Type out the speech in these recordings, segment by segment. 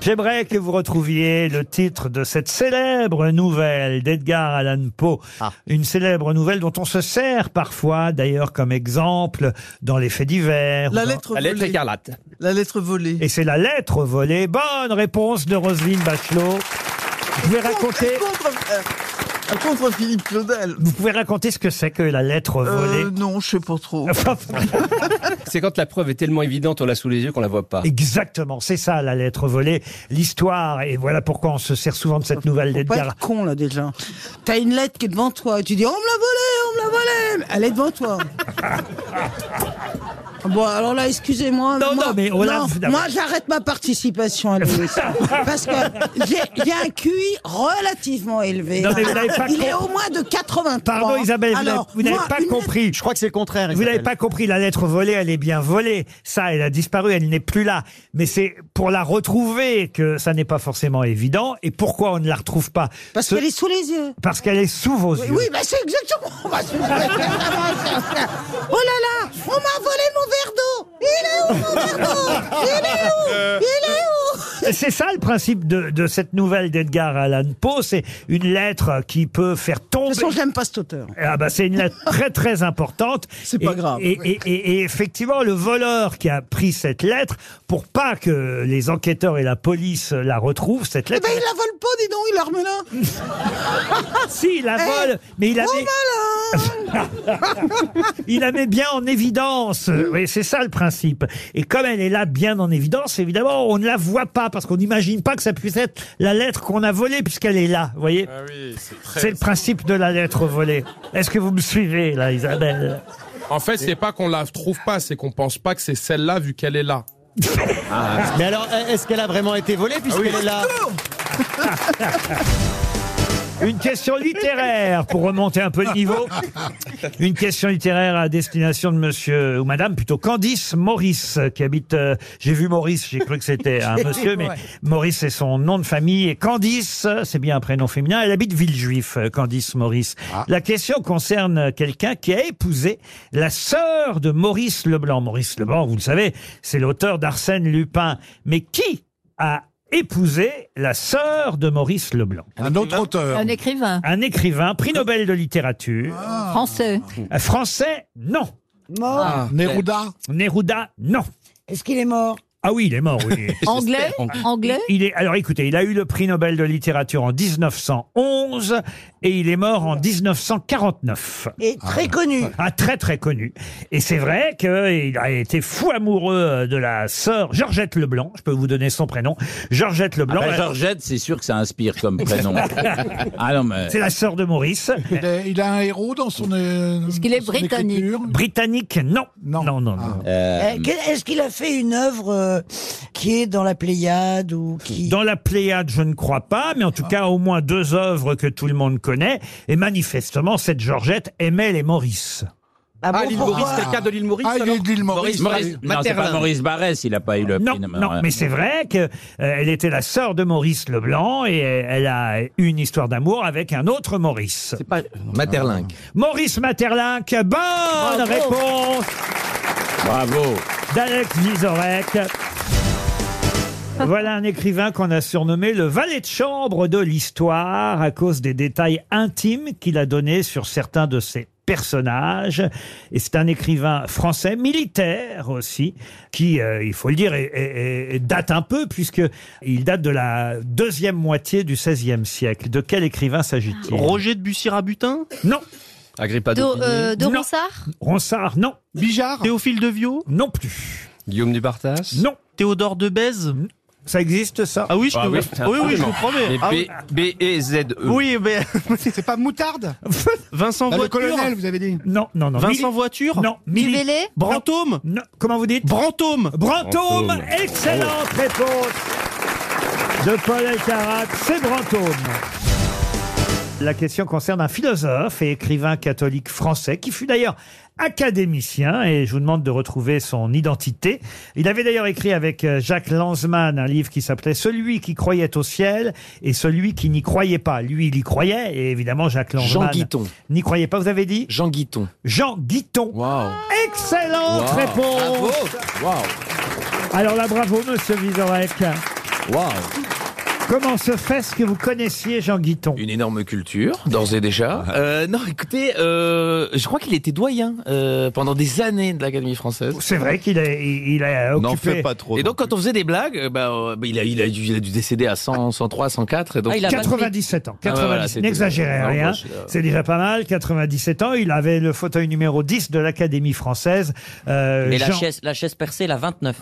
J'aimerais que vous retrouviez le titre de cette célèbre nouvelle d'Edgar Allan Poe. Une célèbre nouvelle dont on se sert parfois, d'ailleurs, comme exemple dans les faits divers. La ou dans- lettre La lettre volée. écarlate. La lettre volée. Et c'est la lettre volée. Bonne réponse de Roselyne Bachelot. Je vais raconter. euh, Contre Philippe Claudel. Vous pouvez raconter ce que c'est que la lettre volée Euh, non, je sais pas trop. C'est quand la preuve est tellement évidente, on l'a sous les yeux qu'on la voit pas. Exactement, c'est ça la lettre volée, l'histoire, et voilà pourquoi on se sert souvent de cette nouvelle d'Edgar. con là déjà. T'as une lettre qui est devant toi. Tu dis on me l'a volée, on me l'a volée. Elle est devant toi. Bon, alors là, excusez-moi. Non, moi, non, mais Olaf, non, d'abord. moi, j'arrête ma participation à Louis. parce que j'ai j'ai un QI relativement élevé. Non, mais vous n'avez pas Il est compris. au moins de 83. Pardon Isabelle, vous n'avez- alors, vous n'avez moi, pas une compris. Je crois que c'est le contraire. Vous n'avez pas compris, la lettre volée, elle est bien volée. Ça, elle a disparu, elle n'est plus là. Mais c'est pour la retrouver que ça n'est pas forcément évident. Et pourquoi on ne la retrouve pas Parce Ce- qu'elle est sous les yeux. Parce qu'elle est sous vos yeux. Oui, bah c'est exactement. bah, c'est exactement ça. oh là là, on m'a volé mon verre d'eau. Il est où mon verre d'eau Il est Euh, où Il est où C'est ça le principe de, de cette nouvelle d'Edgar Allan Poe. C'est une lettre qui peut faire tomber. De toute façon, j'aime pas cet auteur. Eh Ah bah c'est une lettre très très importante. C'est pas Et- grave. Et, et- et- et effectivement, le voleur qui a pris cette lettre, pour pas que les enquêteurs et la police la retrouvent, cette Eh lettre, ben, il la vole pas, dis donc, il la remet là. si, il la Eh, vole, mais il la, Oh met, malin il la met bien en évidence. Euh, Oui, c'est ça le principe. Et comme elle est là bien en évidence, évidemment, on ne la voit pas parce qu'on n'imagine pas que ça puisse être la lettre qu'on a volée puisqu'elle est là, vous voyez Ah oui, c'est très- C'est le principe de la lettre volée. Est-ce que vous me suivez là, Isabelle En fait, c'est pas qu'on la trouve pas, c'est qu'on pense pas que c'est celle-là vu qu'elle est là. Mais alors, est-ce qu'elle a vraiment été volée puisqu'elle est là Une question littéraire pour remonter un peu le niveau. Une question littéraire à destination de monsieur ou madame, plutôt Candice Maurice, qui habite. euh, j'ai vu Maurice, j'ai cru que c'était un monsieur, mais Maurice c'est son nom de famille. Et Candice, euh, c'est bien un prénom féminin, elle habite Villejuif, euh, Candice Maurice. La question concerne quelqu'un qui a épousé la sœur de Maurice Leblanc. Maurice Leblanc, vous le savez, c'est l'auteur d'Arsène Lupin. Mais qui a épousé la sœur de Maurice Leblanc Un autre auteur. Un écrivain un écrivain, prix Nobel de littérature. français. Euh, Français, non. Neruda. Neruda, non. Ah. Est-ce qu'il est mort Ah oui, il est mort, oui. Anglais Anglais Il est, alors écoutez, il a eu le prix Nobel de littérature en 1911 et il est mort en 1949. Et très connu. Ah, très très connu. Et c'est vrai qu'il a été fou amoureux de la sœur Georgette Leblanc. Je peux vous donner son prénom. Georgette Leblanc. euh, Ben, Georgette, c'est sûr que ça inspire comme prénom. ah non, mais. C'est la sœur de Maurice. Euh, Il a, il a un héros dans son. Est-ce qu'il est britannique Britannique, non. Non. non, non. Ah. non. euh, Est-ce qu'il a fait une œuvre euh, qui est dans la Pléiade ou qui Dans la Pléiade, je ne crois pas, mais en tout cas, au moins deux œuvres que tout le monde connaît. Et manifestement, cette Georgette aimait les Maurice. Ah, l'île Maurice, quelqu'un de l'île Maurice Ah, il alors est de l'île Maurice. Maurice, non, c'est pas Materlin. Maurice Barrès, il a pas eu le hein. Non, prix. non, mais c'est vrai qu'elle était la sœur de Maurice Leblanc et euh, elle a eu une histoire d'amour avec un autre Maurice. C'est pas Materlinck. Maurice Materlinck, bonne réponse Bravo. d'Alex Vizorek. Voilà un écrivain qu'on a surnommé le valet de chambre de l'histoire à cause des détails intimes qu'il a donnés sur certains de ses personnages. Et c'est un écrivain français, militaire aussi, qui, euh, il faut le dire, est- est- est- date un peu puisque il date de la deuxième moitié du XVIe siècle. De quel écrivain s'agit-il de Bussy-Rabutin Non. Agrippa De, euh, de Non. Ronsard Ronsard, non. Bijard Théophile de Viau Non plus. Guillaume du Bartas. Non. Théodore de Bèze Ça existe, ça Ah oui, je Ah te oui, oui, oui, je vous promets. E. Ah oui. B-E-Z-E. Oui, mais C'est pas Moutarde Vincent Ah, Bah, Le Voiture. colonel, vous avez dit. Non, non, non. Vincent Mili- Voiture. Non. Du Mili- Vélé Brantôme. Non, comment vous dites Brantôme. Brantôme, Brantôme. excellente réponse de Paul Elkarat, c'est Brantôme. La question concerne un philosophe et écrivain catholique français qui fut d'ailleurs académicien et je vous demande de retrouver son identité. Il avait d'ailleurs écrit avec euh, Jacques Lanzmann un livre qui s'appelait Celui qui croyait au ciel et celui qui n'y croyait pas. Lui, il y croyait et évidemment Jacques Lanzmann Guiton. n'y croyait pas. Vous avez dit Jean Guiton. Jean Guiton. Waouh. Excellente réponse. Alors là, bravo, monsieur Vizorek. Waouh Comment se fait-ce que vous connaissiez Jean Guiton Une énorme culture, d'ores et déjà. Ah. Euh, non, écoutez, euh, je crois qu'il était doyen euh, pendant des années de l'Académie française. C'est vrai qu'il a, il il a occupé... Et donc, quand on faisait des blagues, euh, bah, euh, bah, il, a, il, a dû, il a dû décéder à 100, 103, 104. Et Ah, donc, 97 ans. 90, Ah, voilà, c'était- N'exagérez Ah, rien. moi, je- C'est déjà pas mal. 97 ans. Il avait le fauteuil numéro 10 de l'Académie française. Euh, Mais la Jean- chaise, la chaise percée, la 29.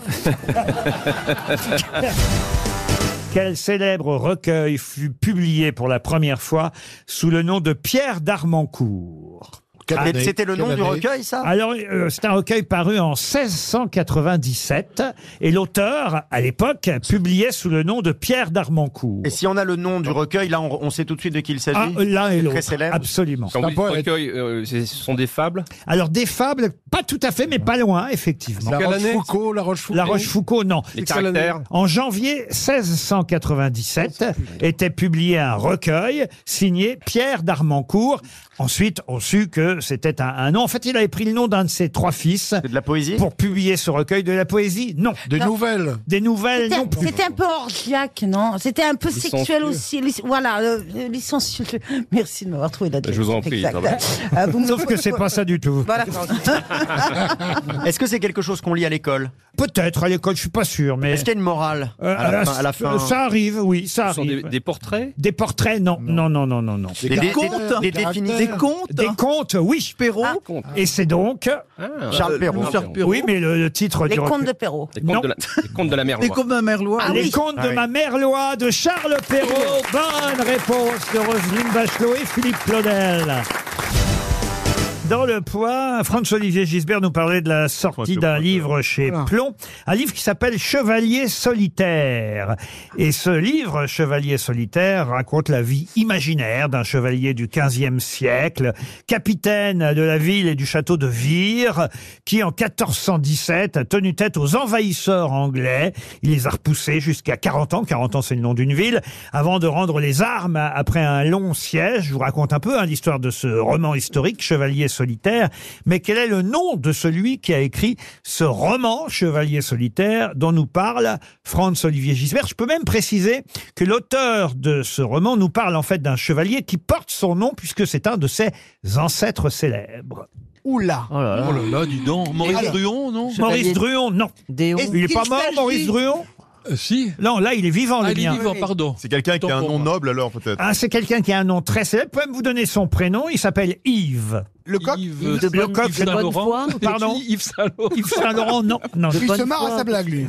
Quel célèbre recueil fut publié pour la première fois sous le nom de Pierre d'Armancourt Quelle année C'était le nom Quelle du année recueil, ça Alors, euh, c'est un recueil paru en 1697, et l'auteur, à l'époque, publiait sous le nom de Pierre d'Armancourt. Et si on a le nom du recueil, là, on, on sait tout de suite de qui il s'agit. Ah, l'un et C'est l'autre, Très célèbre. absolument. Quand vous dites recueil, euh, c'est- ce sont des fables Alors, des fables, pas tout à fait, mais pas loin, effectivement. La Quelle année Rochefoucauld, la Rochefoucauld. non. Les caractères En janvier 1697 était publié un recueil signé Pierre d'Armancourt. Ensuite, on sut que c'était un, un nom. En fait, il avait pris le nom d'un de ses trois fils. De la poésie Pour publier ce recueil de la poésie Non. Des nouvelles Des nouvelles, C'était non plus. c'était un peu orgiaque, non C'était un peu Licencieux. sexuel aussi. lic- voilà, euh, euh, licencieux. Merci de m'avoir trouvé la je vous en prie, Exact. pardon. Euh, vous me- Sauf que c'est pas ça du tout. Bah. Voilà. Est-ce que c'est quelque chose qu'on lit à l'école Peut-être à l'école, je suis pas sûr, mais. Est-ce qu'il y a une morale Euh, à, la euh, fin, à la fin Ça arrive, oui, ça Ce sont arrive. des- Hein portraits Des portraits, non. Non, non, non, non, non. Des Des- des- contes des- des définitions. Des contes Des contes, oui. Perrault. Et c'est donc... Euh, Charles Perrault. Charles Ah. Perrault. Oui, mais le, le titre Les du... contes de Perrault. Les contes de la- les contes de la mer. Loire. ma merlois. Ah les oui. contes Ah de oui. ma merlois de Charles Perrault. Bonne réponse de Roselyne Bachelot et Philippe Claudel. Dans le poids, François-Olivier Gisbert nous parlait de la sortie d'un livre chez Plomb, un livre qui s'appelle Chevalier solitaire. Et ce livre, Chevalier solitaire, raconte la vie imaginaire d'un chevalier du XVe siècle, capitaine de la ville et du château de Vire, qui en 1417 a tenu tête aux envahisseurs anglais. Il les a repoussés jusqu'à 40 ans, 40 ans c'est le nom d'une ville, avant de rendre les armes après un long siège. Je vous raconte un peu hein, l'histoire de ce roman historique, Chevalier solitaire. Mais quel est le nom de celui qui a écrit ce roman, Chevalier solitaire, dont nous parle Franz Olivier Gisbert Je peux même préciser que l'auteur de ce roman nous parle en fait d'un chevalier qui porte son nom puisque c'est un de ses ancêtres célèbres. Oula. Oh là Oh là là, dis donc. Maurice Druon, non Maurice Chevalier- Druon, non. Est-ce Il est qu'il pas mort, s'agit- Maurice Druon Euh, Si. Non, là, il est vivant, Ah, le il est mien. vivant, pardon. C'est quelqu'un qui a un nom noble alors peut-être. Ah, c'est quelqu'un qui a un nom très célèbre. Je peux même vous donner son prénom. Il s'appelle Yves. Le coq euh, Yves de Le bonne- coq, Yves c'est de bonne Saint-Laurent. foi. Pardon Yves Oh. Saint-Laurent. Yves Saint-Laurent, non. non. Il se marre à sa blague, lui.